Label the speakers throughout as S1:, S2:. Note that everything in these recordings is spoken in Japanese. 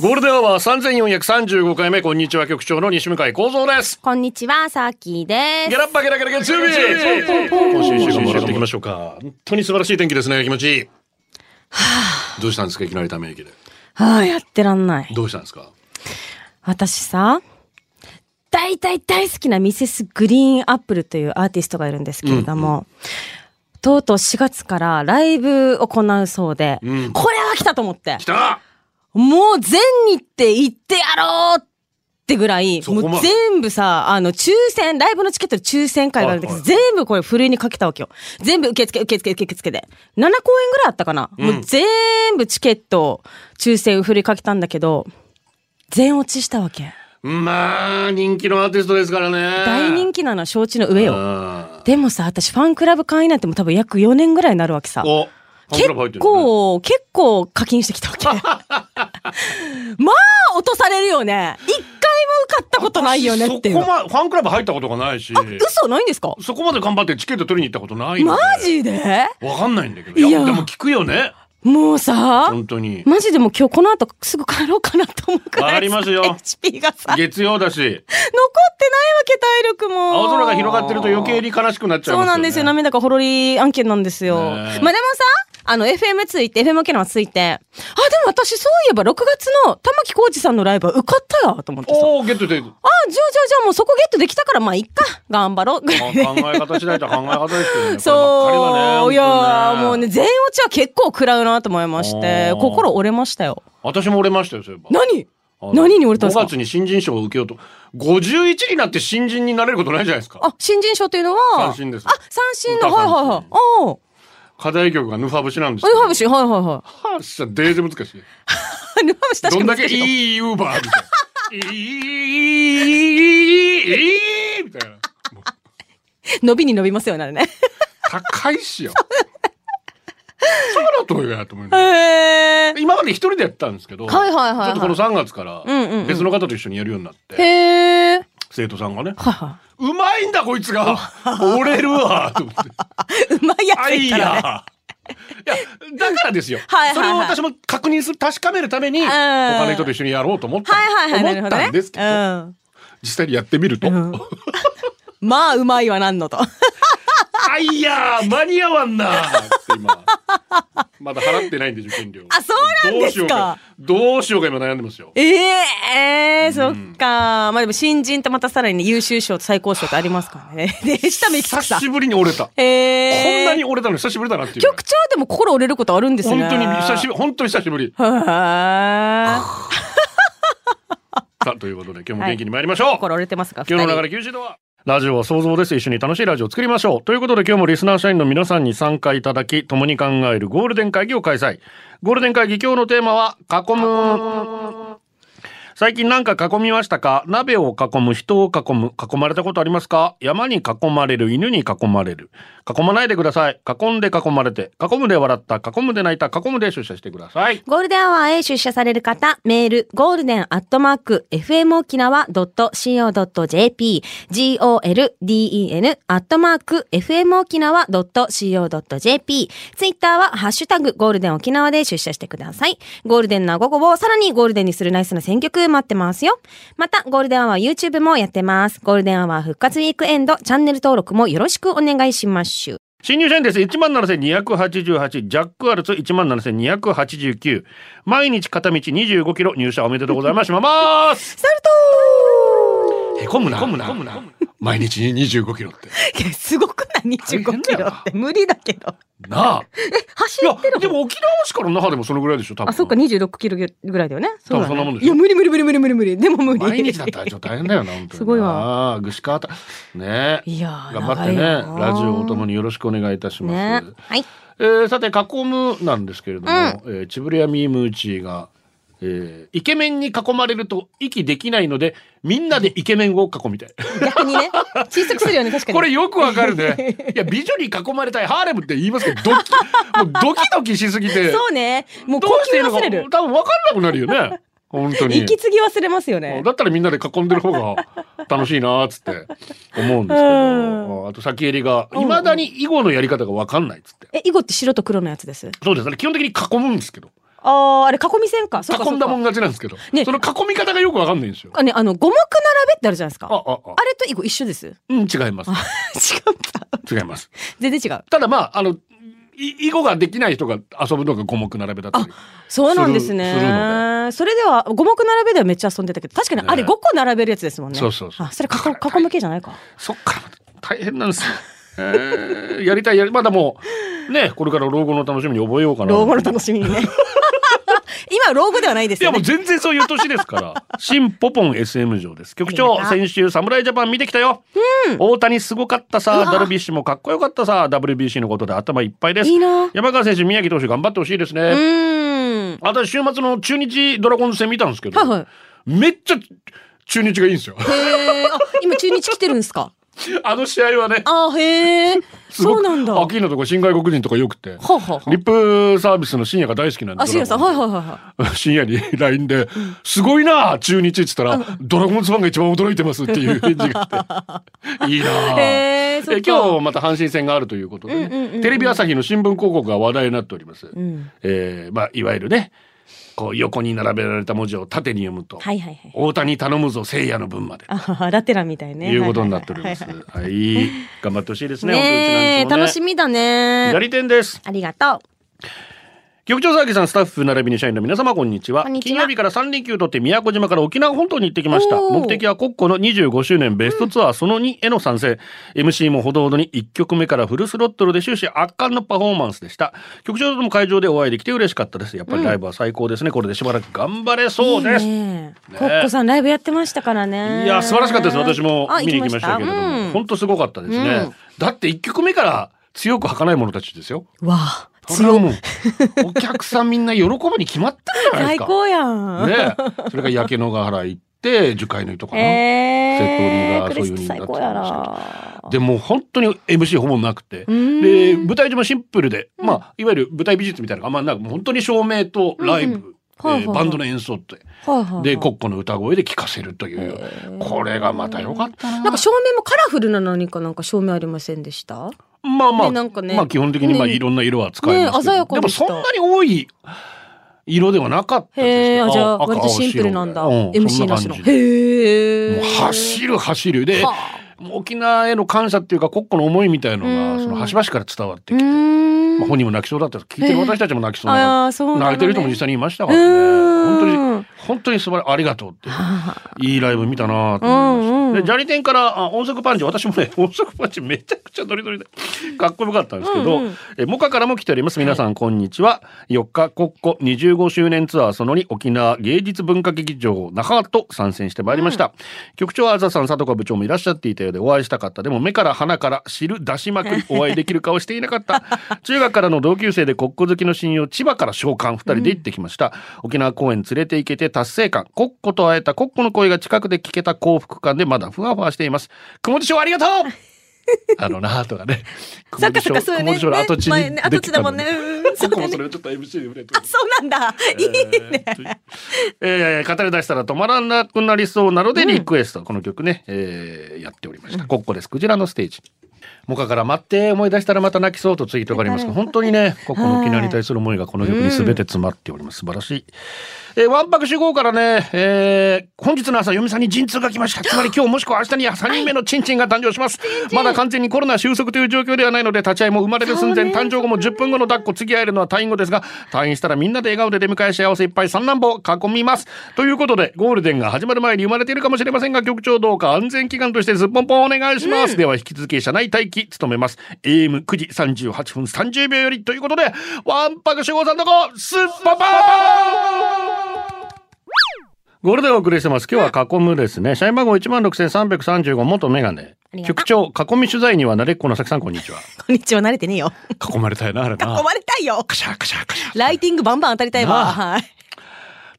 S1: ゴールデンは三千四百三十五回目こんにちは局長の西向井光三です。
S2: こんにちは、サーキーで
S1: ギャラッパゲラゲラゲラツービー。今週一週間もらっていきましょうか。本当に素晴らしい天気ですね。気持ちいい。どうしたんですかいきなりため息で。
S2: す。ああ、やってらんない。
S1: どうしたんですか。
S2: 私さ、大大大好きなミセスグリーンアップルというアーティストがいるんですけれども、とうとう4月からライブを行うそうで、
S1: うん
S2: これは来たと思って
S1: 来、た。
S2: もう全日程行ってやろうってぐらい、
S1: そこまで
S2: もう全部さ、あの、抽選、ライブのチケットの抽選会があるんだけど、
S1: はいは
S2: 全部これ、ふるいにかけたわけよ。全部受付、受付、受付で。7公演ぐらいあったかな、もう全部チケット、抽選、ふるいかけたんだけど、全落ちしたわけ。
S1: まあ人気のアーティストですからね。
S2: 大人
S1: 気
S2: 気なのは承知の上よ。
S1: よ。
S2: でもさ、私、ファンクラブ会員なんてもう多分約4年ぐらいになるわけさ。
S1: お。ファンク
S2: 結
S1: ラブ入ってるんですね。
S2: 構、結構課金してきた わけ。まあ、落とされるよね。一回も受かったことないよねっていう
S1: そこまファンクラブ入ったことがないし。
S2: 嘘ないんですか
S1: そこまで頑張ってチケット取りに行ったことないの
S2: マ
S1: で。
S2: ジで
S1: わかんないんだけど。いや
S2: いや
S1: でも聞くよね。
S2: もうさ、
S1: 本当に。
S2: マジでもう今日この後すぐ帰ろうかなと思うくらい。
S1: わかりますよ
S2: HP がさ、残ってないわ
S1: 月曜だし。
S2: け、体力も。
S1: 青空が広がってると余計に悲しくなっちゃいますよね。
S2: そうなんですよ。
S1: ね。
S2: 涙がほろり案件なんですよ。
S1: ねえ
S2: まあでもさ、あの、FM ついて、FM 沖縄ついて、あ、でも私そういえば6月の玉置浩二さんのライブは受かったよと思ってさ。
S1: おおゲットで
S2: あ、じゃあじゃあじゃあもうそこゲットできたから、まあいっか。頑張ろう。ぐ らいで
S1: 考え方次第と考え方ですけどね。
S2: そう、
S1: こればっかり
S2: い
S1: は
S2: やーもうね、。全落ちは結構食らうなと思いまして
S1: あ、ー
S2: 心折れましたよ。
S1: 本当に私も折れましたよ、そういえば。
S2: 何
S1: あの
S2: 何に折れたんですか
S1: 5月に新人賞を受けようと。51になって新人になれることないじゃないですか。
S2: あ、新人賞というのは
S1: 三振です
S2: あ、三振の、
S1: 歌
S2: はい
S1: 三振
S2: はいはい。おー、
S1: 課題曲がヌファブシなんですけ
S2: ウ
S1: ど。
S2: ルハブシ、はいはいは
S1: はあしゃ、デージ難しい。
S2: い。ウ ルハブシ確
S1: ど
S2: か
S1: んだ
S2: に
S1: け
S2: 難しいよ。
S1: いいウーバーみたいな。いい、いい、いい、みたいな。もう
S2: 伸びに伸びますよね、あれね。
S1: 高いしよ。そうだとやと思います。
S2: へ
S1: 今まで一人でやってたんですけど、
S2: はいはいはいはい
S1: ちょっとこの3月から
S2: うんうんうん
S1: 別の方と一緒にやるようになって、
S2: ー。へー。
S1: 生徒さんがね
S2: はいは
S1: 「うまいんだこいつが折れるわ」と思 って
S2: い。うまい
S1: 「
S2: や
S1: あ
S2: つ
S1: い
S2: い
S1: い
S2: た
S1: や」い
S2: らね。
S1: やだからですよ
S2: はいはいはい
S1: それを私も確認する確かめるために
S2: ん
S1: 他の人と一緒にやろうと思った,、
S2: はいはいはい。なる
S1: 思っ
S2: ほど
S1: た
S2: ね
S1: んですけど、
S2: うん
S1: 実際にやってみると「
S2: んまあ、うまいはなんのと。
S1: あいや間に合わんな」って今まだ払ってないんで受験料
S2: あそうなんですか
S1: どうしようかどうしようか今悩んでますよ
S2: ええー、そっか。まあでも新人とまたさらにね優秀賞と最高賞ってありますから ね。で、下見き
S1: 久
S2: くさ
S1: し。ぶりに折れた
S2: えー、
S1: こんなに折れたの久しぶりだなっていうぐらい。
S2: 局長でも心折れることあるんですね。
S1: 本当に久しぶり、本当に久しぶり。
S2: はー
S1: さあ、ということで、今日も元気に参りましょう。
S2: 心折れてますか
S1: 今日の流れ
S2: れ。
S1: 九州では。ラジオは想像です。一緒に楽しいラジオを作りましょう。ということで今日もリスナー社員の皆さんに参加いただき、共に考えるゴールデン会議を開催。ゴールデン会議今日のテーマは、囲む。最近なんか囲みましたか鍋を囲む、人を囲む、囲まれたことありますか山に囲まれる、犬に囲まれる。囲まないでください。囲んで囲まれて、囲むで笑った、囲むで泣いた、囲むで出社してください。
S2: ゴールデンアワーへ出社される方、メール、ゴールデンアットマーク、fmokinawa.co.jp、golden アットマーク、fmokinawa.co.jp、ツイッターは、ハッシュタグ、ゴールデン沖縄で出社してください。ゴールデンな午後をさらにゴールデンにするナイスな選曲待ってますよ。また、ゴールデンアワー YouTube もやってます。ゴールデンアワー復活ウィークエンド、チャンネル登録もよろしくお願いしましゅ。
S1: 新入社員です。17,288。ジャックアルツ17,289。毎日片道25キロ入社おめでとうございます。します。
S2: サルト
S1: へこむな。へこむな。毎日25キロって。
S2: いや すごくない
S1: 大変
S2: 25
S1: だ
S2: キ
S1: よ
S2: ロ
S1: な
S2: って無理だけど
S1: な あ。い
S2: 走
S1: や
S2: って、る
S1: で
S2: もん
S1: も沖縄市から那覇でもそのぐらいでしょ、多分。
S2: あそっか26キロぐらいだよねそうだ
S1: 多分そんなもん
S2: ね
S1: でしょ
S2: いや無理無理無理無理無理無理でも無 理
S1: 毎日だったらちょっと大変だよ な、本当に。
S2: すごいわ
S1: ああ、ぐしかあた。ねえ。
S2: いやー
S1: 頑張ってね。
S2: 長いよな
S1: ラジオをともによろしくお願いいたします。
S2: ねはい
S1: えーさて「囲む」なんですけれども、えーチブリアミームーチーが、えーイケメンに囲まれると息できないので、みんなでイケメンを囲みたい。
S2: 逆にね。小さくするよね、確かに。
S1: これよくわかるね。いや、美女に囲まれたいハーレムって言いますけど、ドキ、もうドキドキしすぎて。
S2: そうね。もう
S1: ど
S2: 高
S1: うしてい
S2: 級
S1: いのか、
S2: 忘れ
S1: 多
S2: る。
S1: 分わかんなくなるよね。本当に。
S2: 息継ぎ忘れますよね。
S1: だったらみんなで囲んでる方が楽しいなーっつって思うんですけ
S2: う
S1: ど、あと先襟が、いまだに囲碁のやり方がわかんないっつって。
S2: え、囲碁って白と黒のやつです。
S1: そうですね。基本的に囲むんですけど。
S2: ああ、あれ囲み線か。そうか
S1: 囲んだもん
S2: ん。
S1: 勝ちなんですけど。
S2: ね
S1: その囲み方がよくわかんないんですよ。
S2: あね、あの、五目並べってあるじゃないですか。
S1: あ、
S2: あ
S1: あ、あ、
S2: れと囲碁一緒 です。違
S1: うん、違います。
S2: った。
S1: 違います。
S2: 全然違う。
S1: ただまあ、あの、い囲碁ができない人が遊ぶのが五目並べだったり。
S2: そうなんですね。
S1: するするの
S2: それでは、五目並べではめっちゃ遊んでたけど、確かにあれ
S1: ね
S2: 五個並べるやつですもんね。
S1: そうそうそう
S2: あ、それ囲囲む系じゃないか。
S1: そっからまた大変なんですよ。えーやりたいやりまだもうねこれから老後の楽しみに覚えようかな
S2: 老後の楽しみ にね。今、老後ではないです
S1: いやも
S2: よ、ね
S1: う。全然そういう年です から。新ポポン SM 上です。局
S2: あり
S1: 長、
S2: がとう
S1: 先週侍ジャパン見てきたよ。大谷すごかったさ。ダルビッシュもかっこよかったさ。WBC のことで頭いっぱいです。
S2: いいな。
S1: 山川選手、宮城投手頑張ってほしいです
S2: う
S1: ね。
S2: ーん。
S1: 私、週末の中日ドラゴンズ戦見たんですけど、
S2: はいはい。
S1: めっちゃ中日がいいんですよ。
S2: へえ。あ、今中日来てるんですか。
S1: あの試合はね、
S2: あ、へえ。
S1: すご
S2: そ
S1: く
S2: うなんだ。は
S1: アキーノとか新外国人とかよくて。
S2: あ、はあはあ
S1: リップサービスの深夜が大好きなんで
S2: あ、しげさん、
S1: ド
S2: は
S1: ラ
S2: い
S1: ゴ
S2: は
S1: ン
S2: いはいは
S1: 深夜に LINE で「すごいな中日」っつったら「ドラゴンズファンが一番驚いてます」っていう返事があって
S2: 。
S1: いいない
S2: へ
S1: あ
S2: え、そ
S1: え
S2: っ
S1: 今
S2: か。
S1: 日また阪神戦があるということでね、
S2: うんうんうんうん
S1: テレビ朝日の新聞広告が話題になっております、
S2: うん。
S1: えーまあ、いわゆるねこう横に並べられた文字を縦に読むと「
S2: はいはいはい。
S1: 大谷頼むぞ聖夜の分まで」
S2: あはは、ラテラみたいね。
S1: いうことになっております。
S2: はい
S1: は
S2: はいいはい
S1: 頑張ってほしいですね。
S2: ねえ、
S1: 本当うちなん
S2: 楽
S1: です
S2: し
S1: もね
S2: みだね。
S1: 左点です。
S2: ありがとう。
S1: 局長崎さんスタッフ並びに社員の皆様こんにちは
S2: こんにちは
S1: 金曜日から3連休取って宮古島から沖縄本島に行ってきました
S2: おー
S1: 目的は国庫の25周年ベストツアーその2への参戦、MC もほどほどに1曲目からフルスロットルで終始圧巻のパフォーマンスでした局長とも会場でお会いできて嬉しかったですやっぱりライブは最高ですね、これでしばらく頑張れそうです
S2: いいねコッコさんライブやってましたからね。
S1: いや素晴らしかったです私も
S2: あ
S1: 見に行きましたけれども、
S2: うん
S1: 本当すごかったですね、
S2: うん
S1: だって1曲目から強く儚い者たちですよ
S2: わあ、
S1: それは
S2: 強い。
S1: もうお客さんみんな喜ぶに決まったんじゃないです
S2: 最
S1: か
S2: 高やん。
S1: ね、それが焼け野ヶ原行って樹海の糸かな、
S2: えー、
S1: 瀬戸に
S2: ク
S1: がそう
S2: リ
S1: いう風
S2: ス
S1: になっ
S2: 最
S1: て
S2: 高やな。
S1: でもう本当に MC ほぼなくて、
S2: うん
S1: で舞台上もシンプルで、まあ、いわゆる舞台美術みたいなのが、まあ、なんかもう本当に照明とライブ、
S2: うんうんはいはい
S1: えー
S2: はい
S1: バンドの演奏って
S2: はいはいはい
S1: で国庫の歌声で聴かせるという、これがまた良かったな
S2: なんか照明もカラフルなのにかなんか照明ありませんでした
S1: まあまあ、
S2: ねなんかね
S1: まあ基本的にまあ
S2: ね
S1: いろんな色は使いますけど、
S2: ね鮮やか
S1: でも
S2: でし
S1: そ
S2: た
S1: んなに多い色ではなかった
S2: へえ、
S1: です
S2: あ
S1: ね
S2: じゃあ
S1: 青赤
S2: 割とシンプルなんだ。
S1: 青白ぐらいうん
S2: MC なしの。
S1: そん感じで
S2: へえ。
S1: もう走る走るで、
S2: は
S1: もう沖縄への感謝っていうか国庫の思いみたいの
S2: う
S1: が
S2: ん
S1: その端々から伝わって
S2: う
S1: きて、
S2: ーん。
S1: まあ、本人も泣きそうだったし聞いてる私たちも泣きそうな、
S2: ああ、そうなのね
S1: 泣いてる人も実際にいましたからね本
S2: う
S1: 当
S2: ん
S1: に本当に素晴らしいありがとうっていう
S2: あ
S1: いいライブ見たなと思いました、
S2: うんうん
S1: で砂利店からあ音速パンチ私もね音速パンチめちゃくちゃドリドリでかっこよかったんですけど、
S2: うんうん
S1: えモカからも来ております皆さんこんにちは4日国庫25周年ツアーその2沖縄芸術文化劇場那覇と参戦してまいりました、局長あざさん佐藤部長もいらっしゃっていたようでお会いしたかったでも目から鼻から汁出しま くりお会いできる顔していなかった中学からの同級生で国庫好きの親友千葉から召喚2人で行ってきました、沖縄公園連れて行けて達成感国庫と会えた国庫の声が近くで聞けた幸福感でまだふわふわしています熊本賞ありがとうあのなあとかね
S2: そっかそっかそうよ
S1: 熊
S2: ね。
S1: 本賞の跡地
S2: ね前
S1: に
S2: ね跡
S1: でき
S2: 地
S1: た
S2: だ
S1: の
S2: もん
S1: に
S2: ね。うんそう
S1: 僕
S2: だ
S1: も
S2: ね
S1: それをちょっと MC で触れて
S2: あ、そうなんだ。いいね。
S1: えー語り出したら止まらなくなりそうなのでリクエスト、この曲ね、えーやっておりました「コッコですクジラのステージ」モカから待って思い出したらまた泣きそうとツイートがありますが本当にねコッコの沖縄に対する思いがこの曲に全て詰まっております素晴らしい、えー、ワンパク主号からね、えー本日の朝嫁さんに陣痛が来ましたつまり今日もしくは明日には3人目のチンチンが誕生しますまだ完全にコロナ収束という状況ではないので立ち会いも生まれる寸前誕生後も10分後の抱っこ次会えるのは退院後ですが退院したらみんなで笑顔で出迎え幸せいっぱい三男坊囲みますということでゴールデンが始まる前に生まれているかもしれませんが局長どうか安全祈願としてすっぽんぽんお願いします、では引き続き社内待機務めます AM9 時38分30秒よりということでワンパク主号さんとこすっぽんぽんゴールデンをお送りしてます。今日は囲むですね。社員番号16,335元メガネ
S2: あり。がと
S1: 局長、囲み取材には慣れっこの佐々木さん、こんにち は。
S2: こんにちは、慣れてねえよ。
S1: 囲まれたいな、あれな。
S2: 囲まれたいよ。
S1: カシャカシャカシャ。
S2: ライティングバンバン当たりたいわ。
S1: なあ
S2: はい。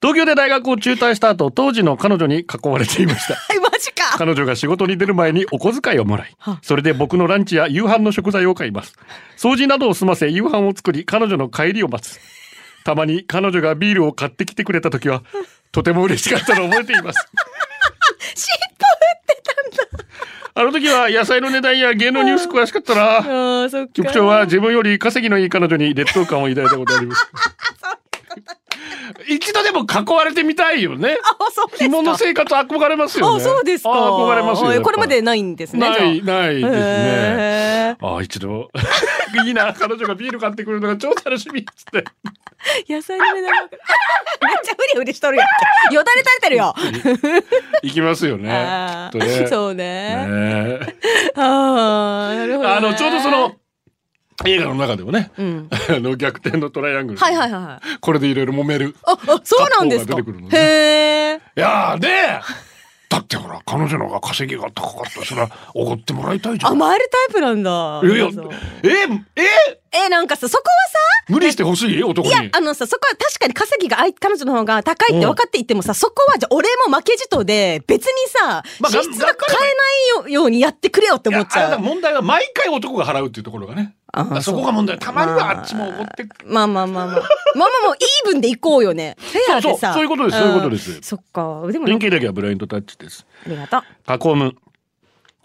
S1: 東京で大学を中退した後、当時の彼女に囲われていました。
S2: マジか
S1: 彼女が仕事に出る前にお小遣いをもらい
S2: は、
S1: それで僕のランチや夕飯の食材を買います。掃除などを済ませ夕飯を作り、彼女の帰りを待つ。たまに彼女がビールを買ってきてくれた時は、とても嬉しかったのを覚えています。
S2: 尻尾振ってたんだ
S1: あの時は野菜の値段や芸能ニュース詳しかったな。
S2: あーそっか
S1: 局長は自分より稼ぎのいい彼女に劣等感を抱いたことあり ます。一度でも囲われてみたいよね。
S2: あそうですか
S1: 着物生活憧れますよ
S2: あ
S1: ね。
S2: そうですか
S1: あ憧れますよ、
S2: あ
S1: ね。
S2: これまでないんですね
S1: ない、ないですね。
S2: ね
S1: あ一度。 いいな、彼女がビール買ってくるのが超楽しみっつって。
S2: 野菜の値段わかるめっちゃフリフリしとるやんよだれ垂れてるよ
S1: 行きますよね
S2: あ。
S1: きっとね
S2: ーそうね
S1: ね
S2: ああなるほど、ね、
S1: あの、ちょうどその、映画の中でもね、
S2: うん
S1: あの、逆転のトライアングル。
S2: はいはいはいはい
S1: これでいろいろ揉める。
S2: ああそうなんですか
S1: 片方が出てくるのね
S2: へえ
S1: いやーねだってほら彼女の方が稼ぎが高かったらそれはおごってもらいたいじゃん。
S2: 甘えるタイプなんだ
S1: いやいや
S2: そう
S1: ええ
S2: えなんかさそこ
S1: 無理してほしい男
S2: は
S1: に。
S2: さいやあのさそこは確かに稼ぎがあい彼女の方が高いって分かっていってもさ、そこはじゃあ俺も負けじとで別にさ、
S1: まあ
S2: 資
S1: が
S2: 質が変えないよようにやってくれよって
S1: い
S2: 思
S1: や
S2: っちゃ
S1: あれだ
S2: う。
S1: 問題は毎回男が払うっていうところがね。
S2: あー
S1: そこが問題。たまに
S2: ま
S1: は
S2: あ
S1: あっちもおごって。
S2: まあまあまあまあ。まあまあもうイーブンで行こうよ ね。フェア
S1: そ
S2: でさ。
S1: うそうそういうことですそういうことです
S2: んそっか。でもな
S1: 典
S2: んか
S1: 型だけはブラインドタッチです。
S2: ありがとう。
S1: 加工ム。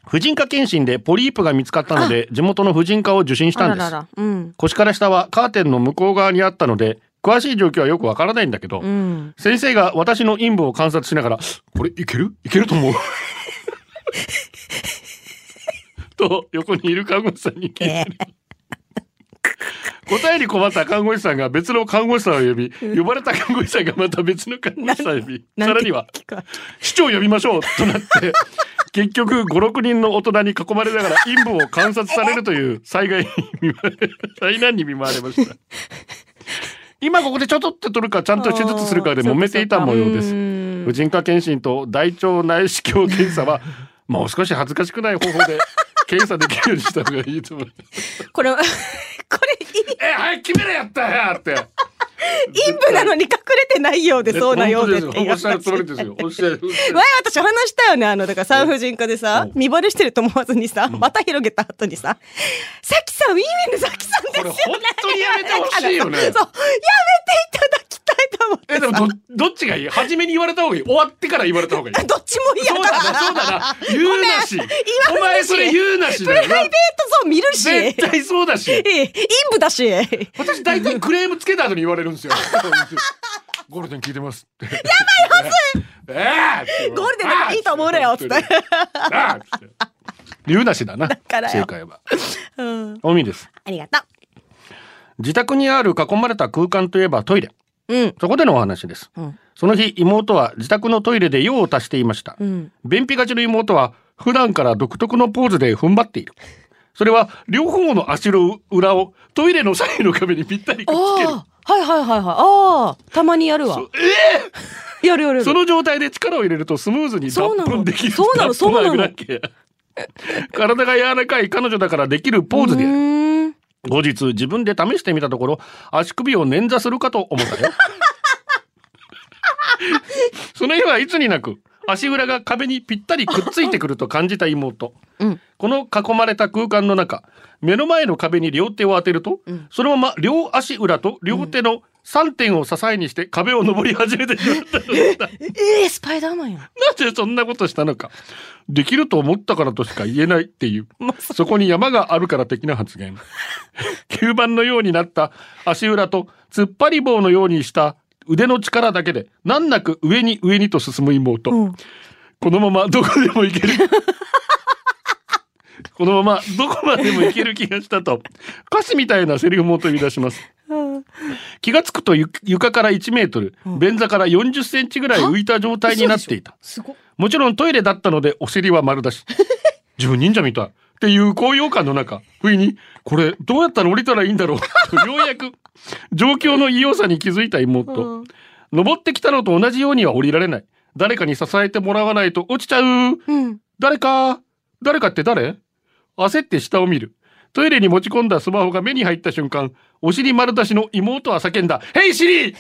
S1: 婦人科検診でポリープが見つかったので地元の婦人科を受診し
S2: あ
S1: たん
S2: ら
S1: で
S2: ら
S1: す。
S2: ら。うん。
S1: 腰から下はカーテンの向こう側にあったので詳しい状況はよくわからないんだけど、
S2: うん。
S1: 先生が私の陰部を観察しながら、これいけるいけると思う。 と、横にいる看護師さんに聞いてる。答えに困った看護師さんが別の看護師さんを呼び、呼ばれた看護師さんがまた別の看護師さんを呼び、さらには、市長を呼びましょうとな って、結局5、6人の大人に囲まれながら陰部を観察されるという災害に見舞われ、災難に見舞われました。今ここでちょっとって取るか、ちゃんと手術するかで揉めていた模様です。婦人科検診と大腸内視鏡検査は、もう少し恥ずかしくない方法 で検査できるようにした方がいいと思う。
S2: こ れ、これ、
S1: え、はい、決めろやったやって。
S2: インプなのに隠れてないようでそうなようでって
S1: 本
S2: 言
S1: 当
S2: わ
S1: ですよおっしゃる通り
S2: れ
S1: ですよ。おっしゃる通りです
S2: 前私話したよねあのだから産婦人科で
S1: う
S2: さ
S1: ん
S2: 見バレしてると思わずにさ股広げた後にさ「さきさんウィーミンのさきさんですよね」
S1: これ本当にやめてほしいよね
S2: そうやめていただきたいと思って
S1: え、でもど、どっちがいい初めに言われた方がいい終わってから言われた方がいい
S2: どっちも嫌だ
S1: そうだな、そうだな。言うなし。
S2: 言わ
S1: お
S2: れ
S1: 前
S2: るし
S1: それ言うなし
S2: プ
S1: だ
S2: ラ
S1: よ
S2: イベー
S1: な
S2: ト。ゾーン見るし
S1: 絶対そうだし。
S2: ええインプだし
S1: 私大体クレームつけた後に言われるんですよ。ゴールデン聞いてますって。やばい、はずええ
S2: ゴールデンなんかいいと思うなよっつって
S1: ああつって言うなしだな。
S2: からよ
S1: 正解は。おみです。
S2: ありがと
S1: 自宅にある囲まれた空間といえばトイレ。
S2: ううん
S1: そこでのお話です。
S2: うん
S1: その日、妹は自宅のトイレで用を足していました。
S2: うん
S1: 便秘がちの妹は普段から独特のポーズで踏ん張っている。それは両方の足の裏をトイレの左右の壁にぴったりくっつける。
S2: ああはいはいはいはいああたまにやるわやるやるやる
S1: その状態で力を入れるとスムーズに脱
S2: そうなの
S1: 粉できる。
S2: そうなのそうなの
S1: 脱粉ぐらい 体が柔らかい彼女だからできるポーズで
S2: う
S1: ある。
S2: ーん
S1: 後日自分で試してみたところ足首を捻挫するかと思ったよ。 その日はいつになく足裏が壁にぴったりくっついてくると感じた妹。
S2: うん
S1: この囲まれた空間の中目の前の壁に両手を当てると、
S2: ん
S1: そのまま両足裏と両手の3点を支えにして壁を登り始めてしまったのだな
S2: ええスパイダーマンやん
S1: ぜそんなことしたのかできると思ったからとしか言えないっていうそこに山があるから的な発言 吸盤のようになった足裏と突っ張り棒のようにした腕の力だけで難なく上に上にと進む妹、
S2: うん
S1: このままどこでも行ける。 このままどこまでも行ける気がしたと、歌詞みたいなセリフも飛び出します。気がつくとゆ床から1メートル、便座から40センチぐらい浮いた状態になっていた。
S2: すご
S1: もちろんトイレだったのでお尻は丸だ し、自分忍者みたいっていう高揚感の中、不意に、これどうやったら降りたらいいんだろうとようやく状況の異様さに気づいた妹。登ってきたのと同じようには降りられない。誰かに支えてもらわないと落ちちゃう。
S2: うん
S1: 誰か誰かって誰焦って下を見る。トイレに持ち込んだスマホが目に入った瞬間、お尻丸出しの妹は叫んだ。ヘイシリー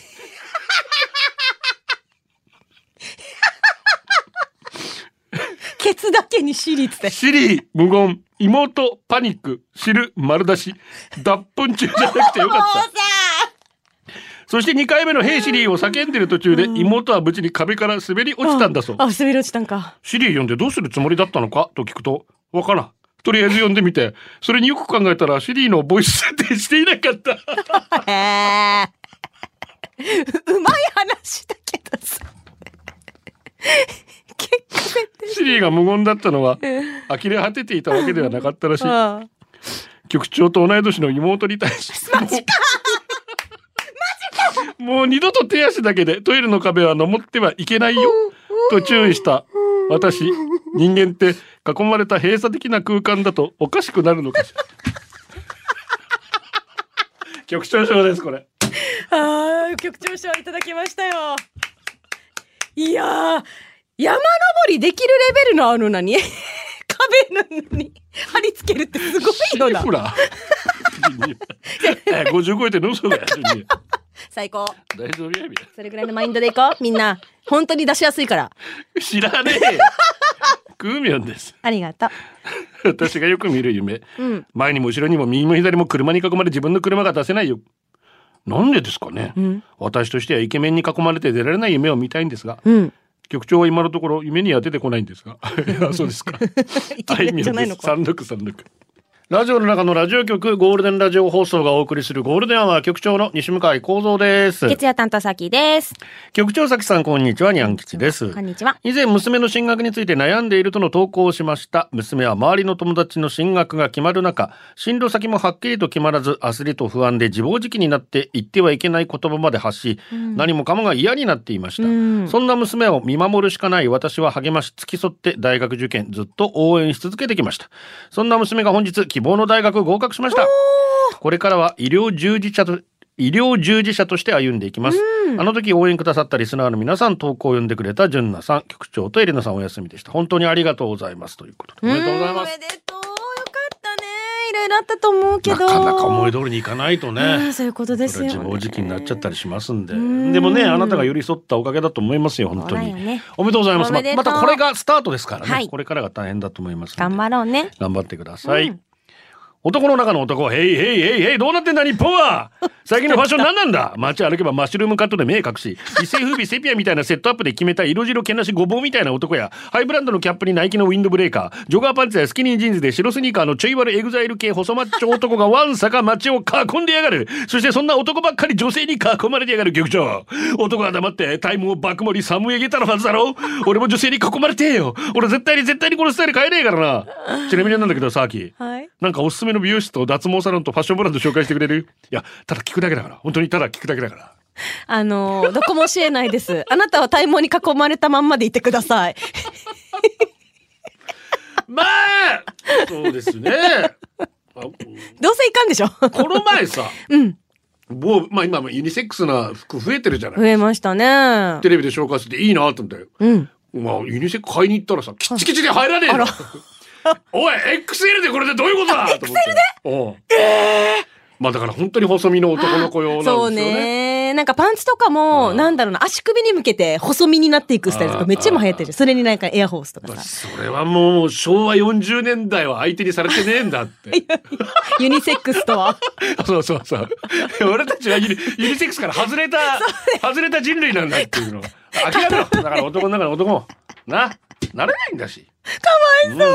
S2: ケツだけにシリって。
S1: シリー、無言、妹、パニック、汁、丸出し、脱粉中じゃなくてよかった。そして2回目のヘイシリーを叫んでる途中で妹は無事に壁から滑り落ちたんだそう。
S2: あ、滑り落ちたんか。
S1: シリー呼んでどうするつもりだったのかと聞くと、わからん。とりあえず呼んでみて、それによく考えたらシリーのボイス設定していなかった。
S2: へえ。うまい話だけどさ。結構
S1: シリーが無言だったのは、呆れ果てていたわけではなかったらしい。
S2: ああ
S1: 局長と同い年の妹に対して。マジかマジかもう二度と手足だけでトイレの壁は登ってはいけないよ。と注意した。私、人間って囲まれた閉鎖的な空間だとおかしくなるのかしら。 局長賞です、これ。
S2: ああ、局長賞いただきましたよ。いやー、山登りできるレベルのあるのに、 壁なのに貼り付けるってすごいよな
S1: ほ。ら。50超えてる嘘だよ。ジュニア
S2: 最高。
S1: 大丈夫やみたい
S2: それぐらいのマインドでいこう。みんな、本当に出しやすいから。
S1: な知らねえよ。クーミョンです。
S2: ありがとう。
S1: 私がよく見る夢、
S2: うん
S1: 前にも後ろにも右も左も車に囲まれ自分の車が出せないよなんでですかね、
S2: ん
S1: 私としてはイケメンに囲まれて出られない夢を見たいんですが、
S2: うん。
S1: 局長は今のところ夢には出てこないんです がいやそうですか
S2: イケメン じゃないのか
S1: 三六三六ラジオの中のラジオ局ゴールデンラジオ放送がお送りするゴールデンアワー局長の西向井光三です
S2: 月夜担当先です。
S1: 局長崎さんこんにちはにゃん吉です
S2: こんにちは。
S1: 以前娘の進学について悩んでいるとの投稿をしました娘は周りの友達の進学が決まる中進路先もはっきりと決まらず焦りと不安で自暴自棄になって言ってはいけない言葉まで発し、何もかもが嫌になっていました、
S2: うん
S1: そんな娘を見守るしかない私は励まし付き添って大学受験ずっと応援し続けてきましたそんな娘が本日希望の大学合格しましたこれからは医療従事者と医療従事者として歩んでいきます、あの時応援くださったリスナーの皆さん投稿を読んでくれた純奈さん局長とエレナさんお休みでした本当にありがとうございますということでおめでとうございます
S2: んおめでとう。よかったね。いろいろあったと思うけ
S1: な
S2: ど。
S1: かなか思い通りにいかないと
S2: う
S1: ね
S2: んそういうことです
S1: そ
S2: よ
S1: れ
S2: ね。
S1: 自暴自棄になっちゃったりしますんで
S2: ん
S1: でもねあなたが寄り添ったおかげだと思いますよ本当
S2: そう
S1: に、
S2: だよね
S1: おめでとうございます
S2: お
S1: ま
S2: めでとう
S1: またこれがスタートですからね、
S2: はい
S1: これからが大変だと思いますんで
S2: 頑張ろうね。
S1: 頑張ってください、
S2: うん
S1: 男の中の男、へいへいへいへい、どうなってんだ日本は最近のファッション何なんだ街歩けばマッシュルームカットで目隠し、一世風靡セピアみたいなセットアップで決めた色白けなしごぼうみたいな男や、ハイブランドのキャップにナイキのウィンドブレーカー、ジョガーパンツやスキニージーンズで白スニーカーのちょい悪エグザイル系細マッチョ男がわんさか街を囲んでやがる。そしてそんな男ばっかり女性に囲まれてやがる局長。男は黙ってタイムを爆盛りサムエゲタのはずだろ俺も女性に囲まれてえよ。俺絶対に絶対にこのスタイル変えねえからな。ちなみになんだけどさ、アキ。
S2: はい。
S1: なんかおすすめの美容室と脱毛サロンとファッションブランド紹介してくれるいや、ただ聞くだけだから。本当にただ聞くだけだから。
S2: あのーどこも教えないです。 あなたは体毛に囲まれたまんまでいてください。
S1: まあそうですね。あ
S2: どうせいかんでしょ
S1: この前さ、
S2: うん。
S1: もう、まあ今もユニセックスな服増えてるじゃない。
S2: 増えましたね。
S1: テレビで紹介してていいなと思ったよ。
S2: うん。
S1: まあユニセックス買いに行ったらさ、キッチキチで入らねえの おい、XL でこれでどういうことだと思って。XL でまあだから本当に細身の男の子用
S2: そ
S1: な
S2: うん
S1: ですよね。
S2: ね。なんかパンツとかも、なんだろうな、足首に向けて細身になっていくスタイルとか
S1: あー
S2: めっちゃ今流行ってるじゃん。それになんかエアホースとかさ。
S1: それはもう昭和40年代は相手にされてねえんだ って。
S2: ユニセックスとは。
S1: そうそうそう。俺たちはユニユニセックスから外れた、外れた人類なんだっていうの。諦めろ。だから男の中の男も、な、なれないんだし。かわいそう、ん。本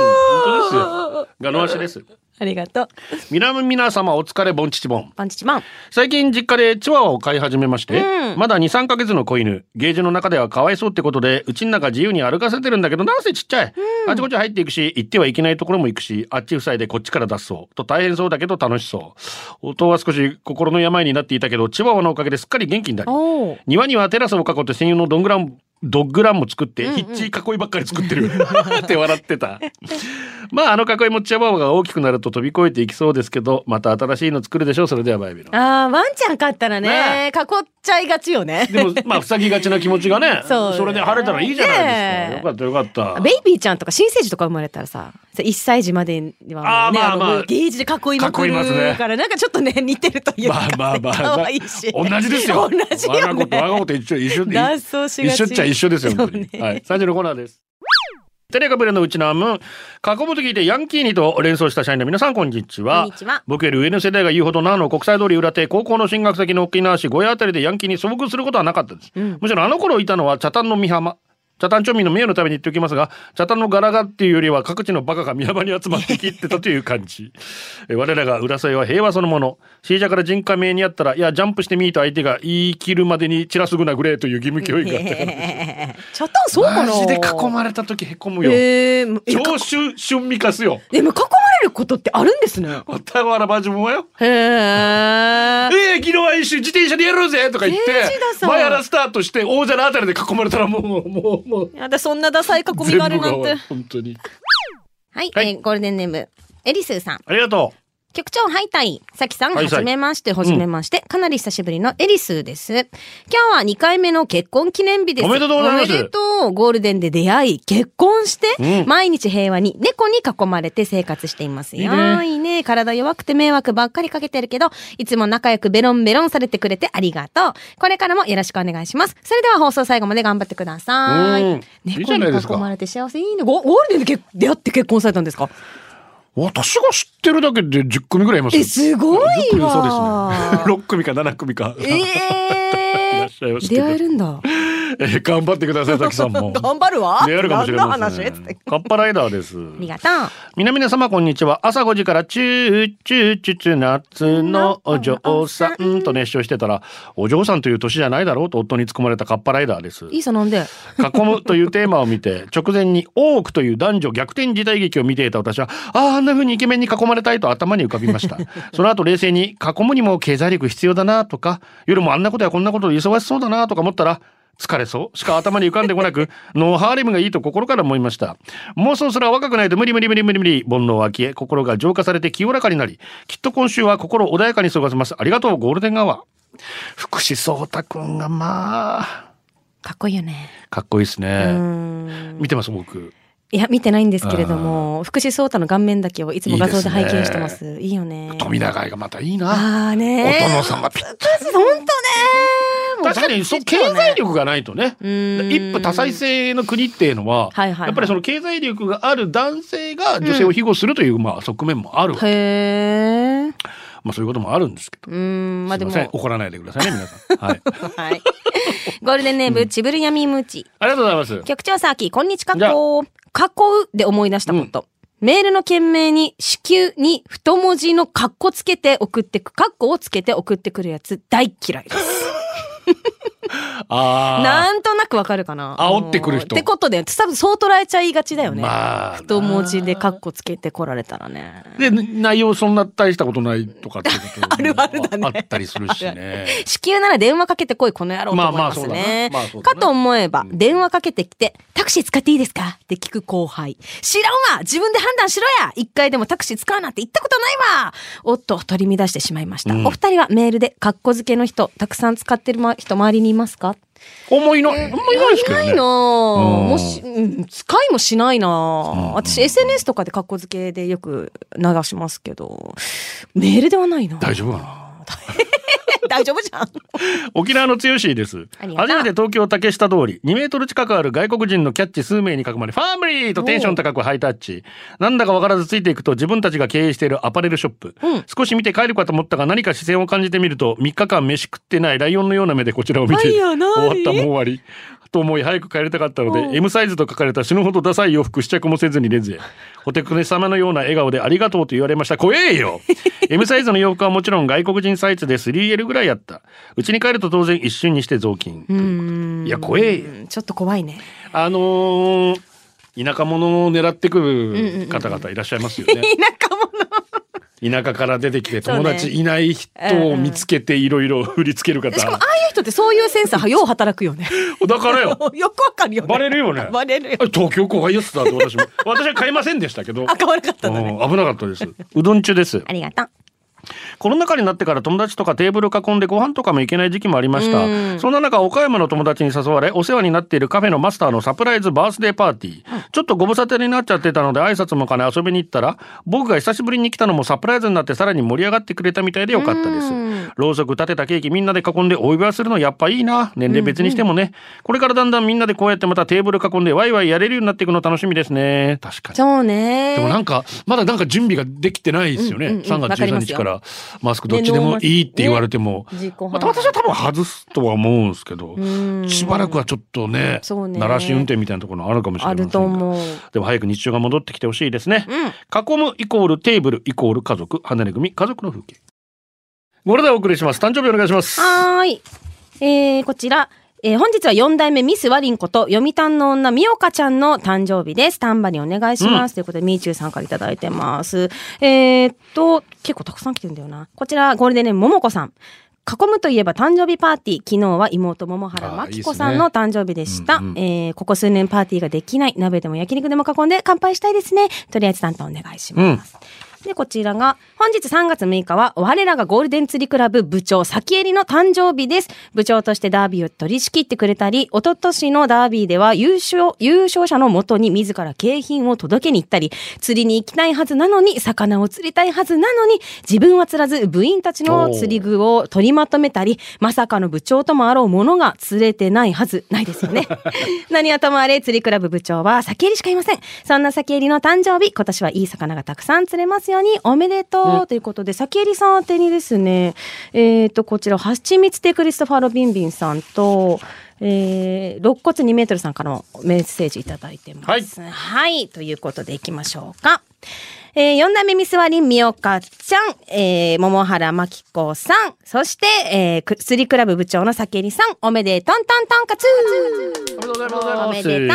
S1: 当ですよ。ガノ足です。
S2: ありがとう。
S1: 皆皆様お疲れ、ボンチチボン。
S2: パンチチマン。
S1: 最近実家でチワワを飼い始めまして、
S2: うん
S1: まだ2、3ヶ月の子犬、ゲージの中ではかわいそうってことで、うちの中自由に歩かせてるんだけど、なんせちっちゃい。あちこち入っていくし、行ってはいけないところも行くし、あっち塞いでこっちから出そう。と大変そうだけど楽しそう。夫は少し心の病になっていたけど、チワワのおかげですっかり元気になり、
S2: おお。
S1: 庭にはテラスを囲って専用のドングランドッグランも作って、ヒッチー囲いばっかり作ってるって笑ってたまああの囲いもチワワが大きくなると飛び越えていきそうですけどまた新しいの作るでしょうそれではバイビーの
S2: ああ、ワンちゃん飼ったらね、囲っちゃいがちよね。
S1: でも、まあ、塞ぎがちな気持ちがね、
S2: そ
S1: そうれで晴れたらいいじゃない
S2: ね
S1: で
S2: え
S1: すか。よかったよかった。
S2: ベイビーちゃんとか新生児とか生まれたらさ、1歳児までにはも
S1: あ
S2: う
S1: ー
S2: ね、
S1: まあまあ
S2: のゲージで囲いまく
S1: 囲います
S2: る
S1: ね
S2: から、なんかちょっとね、似てるというか、
S1: まあまあまあ、
S2: 可愛いし。
S1: 同じですよ。
S2: 同じよ
S1: 我が子と我
S2: ね。
S1: が子と一緒、一緒、
S2: 脱走しがち
S1: 一緒っちゃ一緒ですよ、本当に。
S2: そうね
S1: はい、最初のコーナーです。テレカブレのうちのアム、囲むと聞いてヤンキーにと連想した社員の皆さん、こんにちは。
S2: こんにちは
S1: 僕より上の世代が言うほど、なの国際通り裏手、高校の進学先の沖縄市小屋あたりでヤンキーに遭遇することはなかったです。むしろあの頃いたのは、茶炭の美浜。茶炭町民の名誉のために言っておきますが、茶炭の柄がっていうよりは各地のバカが宮場に集まってきってたという感じ。え我らが浦添は平和そのもの。シージャから人家名にあったら、いや、ジャンプしてみーと相手が言い切るまでに散らすぐなぐれという義務教育があったから。
S2: チャタンそうかな
S1: マジで囲まれた時へこむよ。
S2: えー、え
S1: 超春春味かすよ。
S2: でも囲まれることってあるんですね。
S1: おたわらばじもよ。
S2: へえ。
S1: ええ昨日は一周自転車でやろうぜとか言って
S2: えー千田、さん
S1: 前原スタートして王者のあたりで囲まれたらもう、もう、もう、
S2: やだ、そんなダサい囲み
S1: 全
S2: があ
S1: 部
S2: る
S1: が
S2: なん
S1: 終わ
S2: て
S1: る。。本当に。
S2: はい、
S1: はい
S2: えーゴールデンネーム、エリスーさん。
S1: ありがと
S2: 局長、ハイタイ。さきさん、
S1: ハイ
S2: は
S1: タイ
S2: じめまして、はじめまして。かなり久しぶりのエリスーです。今日は2回目の結婚記念日です。
S1: おめでとうございます
S2: おめでとう。ゴールデンで出会い、結婚して、
S1: うん
S2: 毎日平和に猫に囲まれて生活していますよ。
S1: いいね
S2: いいね体弱くて迷惑ばっかりかけてるけど、いつも仲良くベロンベロンされてくれてありがとう。これからもよろしくお願いします。それでは放送最後まで頑張ってください。
S1: うんいいじ
S2: 猫
S1: ゃ
S2: に
S1: ないですか
S2: 囲まれて幸せいいね。ゴゴールデンで結出会って結婚されたんですか
S1: う。私が知ってるだけで10組ぐらいいますよ
S2: え、すごい
S1: 10組そうです
S2: わ。
S1: ね。6組か7組か。 いら
S2: え
S1: っしゃいましたけ
S2: ー、出
S1: ど
S2: 会えるんだ。
S1: えー頑張ってください、滝さんも。
S2: 頑張るわ。
S1: 出会えるかもしれません、
S2: 何の話つって
S1: カッパライダーです。
S2: ありがとう。
S1: 皆々様こんにちは朝5時からチューチューチューチュー夏のお嬢さんと熱唱してたらお嬢さんという年じゃないだろうと夫に突っ込まれたカッパライダーです
S2: いいさなんで。
S1: 囲むというテーマを見て直前に多くという男女逆転時代劇を見ていた私はあああんな風にイケメンに囲まれたいと頭に浮かびま したその後冷静に囲むにも経済力必要だなとか夜もあんなことやこんなことで忙しそうだなとか思ったら疲れそうしか頭に浮かんでこな くノーハーレムがいいと心から思いました妄想すら若くないと無理無理無理無理無理煩悩は消え心が浄化されて清らかになりきっと今週は心穏やかに過ごせますありがとうゴールデンアワー福士蒼太くんがまあ
S2: かっこいいよね。
S1: かっこいいです
S2: う
S1: ね、
S2: ーん。
S1: 見てます僕
S2: いや、見てないんですけれども、福士蒼太の顔面だけをいつも画像で
S1: いい
S2: 拝
S1: ですね
S2: 見してます。いいよね。
S1: 富永愛がまたいいな、
S2: ああね
S1: お殿様ぴっ
S2: 本当ねもう
S1: 確かにそう経済力がないとね
S2: ーん
S1: 一夫多妻制の国っていうのは,、
S2: はいはいはい
S1: やっぱりその経済力がある男性が女性を庇護するという、まあ、側面もある、
S2: へえ。う
S1: まあ、そういうこともあるんですけど、
S2: ーん、まあです
S1: い
S2: も。
S1: ません怒らないでくださいね皆さん、はい、
S2: はい。ゴールデンネーム、ちぶるやみむち。
S1: ありがとうございます
S2: 局長さあき、こんにちは。
S1: じゃあ
S2: こう、囲うで思い出したこと。メールの件名に、子宮に太文字のカッコつけて送ってく、カッコをつけて送ってくるやつ、大嫌いです。
S1: あ
S2: なんとなくわかるかな。
S1: 煽ってくる人
S2: ってことで、多分そう捉えちゃいがちだよ
S1: あ
S2: ね。
S1: まあ
S2: 太文字でカッコつけてこられたらね。
S1: で内容そんな大したことないとかってことも
S2: あるあるだね
S1: あったりするし ね
S2: 子宮なら電話かけてこい、この野郎と思いますね。
S1: まあまあそうだなまあそうだな
S2: かと思えば、電話かけてきて、タクシー使っていいですかって聞く後輩。知らんわ自分で判断しろや一回でもタクシー使うなんて言ったことないわおっと、取り乱してしまいました。お二人はメールで、格好付けの人、たくさん使ってるま人周りにいますか
S1: 思いのあんまりないですけど
S2: な
S1: ね
S2: いな
S1: う
S2: ぁ。
S1: ん
S2: もし、うん使いもしないなぁ。私、SNS とかで格好付けでよく流しますけど、メールではないな
S1: 大丈夫かな
S2: 大丈夫じゃん。
S1: 沖縄の強しです。
S2: あ
S1: 初め
S2: りがとう
S1: て東京竹下通り、2メートル近くある外国人のキャッチ数名に囲まれ、ファミリーとテンション高くハイタッチ。なんだかわからずついていくと自分たちが経営しているアパレルショップ。
S2: うん
S1: 少し見て帰るかと思ったが何か視線を感じてみると、3日間飯食ってないライオンのような目でこちらを見ている。
S2: ライオ
S1: 終
S2: ン何
S1: わったもう終わり。と思い早く帰りたかったので、M サイズと書かれた死ぬほどダサい洋服試着もせずにレンズへ。 お手くね様のような笑顔でありがとうと言われました。怖えよ !M サイズの洋服はもちろん外国人サイズで 3L ぐらいあった。うちに帰ると当然一瞬にして雑巾。いや、怖えよ
S2: うんちょっと怖いね。
S1: あのー田舎者を狙ってくる方々いらっしゃいますよね。
S2: 田舎者。
S1: 田舎から出てきて友
S2: そう
S1: 達いない人を見つけていろいろ振りつける方。
S2: しかも、ああいう人ってそういうセンサーはよう働くよね。
S1: だからよ。
S2: よくわかるよね。。
S1: バレるよね
S2: バレるよ
S1: あ。東京怖いやつだって私も。私は買いませんでしたけど。
S2: あ、可愛かったんだね。
S1: うん危なかったです。うどん中です。
S2: ありがとう。
S1: コロナ禍になってから友達とかテーブル囲んでご飯とかも行けない時期もありました、
S2: うん
S1: そんな中岡山の友達に誘われお世話になっているカフェのマスターのサプライズバースデーパーティー、ちょっとご無沙汰になっちゃってたので挨拶も兼ね遊びに行ったら僕が久しぶりに来たのもサプライズになってさらに盛り上がってくれたみたいでよかったです、
S2: うん
S1: ろうそく立てたケーキみんなで囲んでお祝いするのやっぱいいな年齢別にしてもね、これからだんだんみんなでこうやってまたテーブル囲んでワイワイやれるようになっていくの楽しみですね確かに
S2: そうね。
S1: でもなんかまだなんか準備ができてないですよね、
S2: うんうんうん
S1: 3
S2: わ
S1: 月
S2: かり
S1: 13
S2: ます
S1: 日
S2: よ
S1: からマスクどっちでもいいって言われても、
S2: 自己
S1: また私は多分外すとは思うんですけど、
S2: 分
S1: しばらくはちょっとね
S2: そうね
S1: 鳴らし運転みたいなところあるかもしれ
S2: あ
S1: ません
S2: る
S1: けど
S2: と思う。
S1: でも早く日常が戻ってきてほしいですね、
S2: うん。
S1: 囲むイコールテーブルイコール家族離れ組家族の風景これでお送りします誕生日お願いします
S2: はーい。えー、こちら。えー本日は4代目ミスワリンこと読谷の女みおかちゃんの誕生日です。タンバリンお願いします。ということでみーちゅうさんからいただいてます。えーっと結構たくさん来てるんだよな。こちらゴールデンネームももこさん。囲むといえば誕生日パーティー昨日は妹桃原
S1: あー
S2: 真
S1: いいっす
S2: 紀
S1: ね
S2: 子さんの誕生日でした
S1: うんうん
S2: えーここ数年パーティーができない鍋でも焼肉でも囲んで乾杯したいですねとりあえず担当お願いします、でこちらが本日3月6日は我らがゴールデン釣りクラブ部長先襟の誕生日です部長としてダービーを取り仕切ってくれたり一昨年のダービーでは優勝優勝者のもとに自ら景品を届けに行ったり釣りに行きたいはずなのに魚を釣りたいはずなのに自分は釣らず部員たちの釣り具を取りまとめたりまさかの部長ともあろうものが釣れてないはずないですよ ね何はともあれ釣りクラブ部長は先襟しかいませんそんな先襟の誕生日今年はいい魚がたくさん釣れますようにおめでとう、ということで先襟さん宛てにですねえっ、とこちらはちみつてクリストファーロビンビンさんとえー、肋骨2メートルさんからもメッセージいただいてます。はい、ということでいきましょうか。えー、4代目ミスワリン、みおかちゃん、えー、桃原まきこさん、そして、えー、く釣りクラブ部長のさけりさん、おめでとんとんとんかつ
S1: おめでとうござい
S2: おめでとう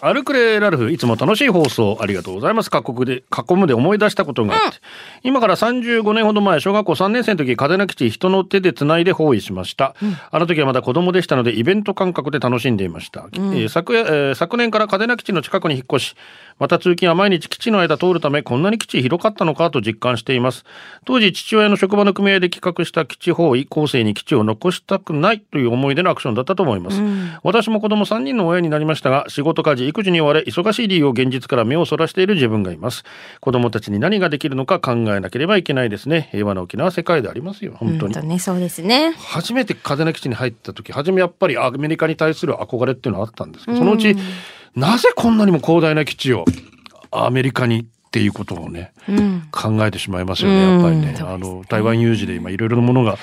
S1: アルクレラルフいつも楽しい放送ありがとうございます各国で囲むで思い出したことがあって、今から35年ほど前小学校3年生の時風な基地人の手でつないで包囲しました、あの時はまだ子供でしたのでイベント感覚で楽しんでいました、えー昨夜えー昨年から風な基地の近くに引っ越しまた通勤は毎日基地の間通るためこんなに基地広かったのかと実感しています当時父親の職場の組合で企画した基地包囲後世に基地を残したくないという思いでのアクションだったと思います、私も子供3人の親になりましたが仕事家事育児に追われ忙しい理由を現実から目をそらしている自分がいます子供たちに何ができるのか考えなければいけないですね平和な沖縄世界でありますよ本当に、
S2: ね、そうですね。
S1: 初めて風の基地に入った時初めやっぱりアメリカに対する憧れっていうのはあったんですけどそのうち、なぜこんなにも広大な基地をアメリカにっていうことをね
S2: うん。
S1: 考えてしまいますよねやっぱりね,、
S2: うん
S1: あの台湾有事で今いろいろなものが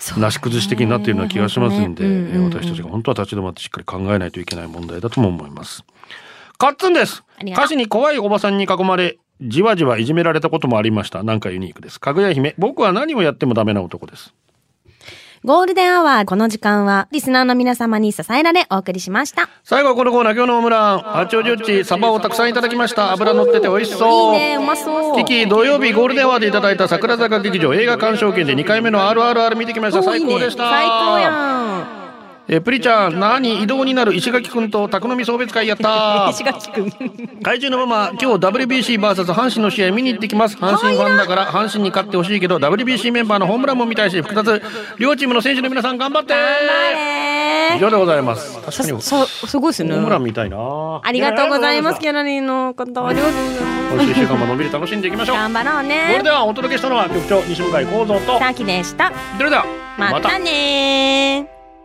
S2: そう
S1: なし崩し的になっているような気がしますんで、
S2: ねうんうんうん
S1: えー私たちが本当は立ち止まってしっかり考えないといけない問題だとも思います。カッツンです
S2: ありがとう
S1: 歌詞に怖いおばさんに囲まれじわじわいじめられたこともありましたなんかユニークですかぐや姫僕は何をやってもダメな男です
S2: ゴールデンアワー、この時間は、リスナーの皆様に支えられお送りしました。
S1: 最後はこのコーナー今日のオムラン八王子うちサバをたくさんいただきました油乗ってて美味し
S2: いい
S1: そう
S2: ね、うまそう。
S1: キキ土曜日ゴールデンアワーでいただいた桜坂劇場映画鑑賞券で2回目の RRR 見てきました
S2: おー
S1: 最
S2: いいね
S1: 高でした
S2: 最高やん。
S1: えープリちゃん何移動になる石垣くんと宅飲み送別会やった
S2: 石垣くん。
S1: 怪獣のママ今日 WBCVS 阪神の試合見に行ってきます阪神ファンだから阪神に勝ってほしいけど WBC メンバーのホームランも見たいし複雑両チームの選手の皆さん頑張って以上でございます確かにホ
S2: そう、すごいですね。
S1: ームラン見たいな
S2: ありがとうございます、
S1: や
S2: キャラリンの方。ありがとうございます
S1: 今週一週間ものんびり楽しんでいきましょう
S2: 頑張ろう
S1: それ
S2: ね
S1: で。はお届けしたのは局長西向井光三と
S2: さあきでした。
S1: それでは
S2: またねー。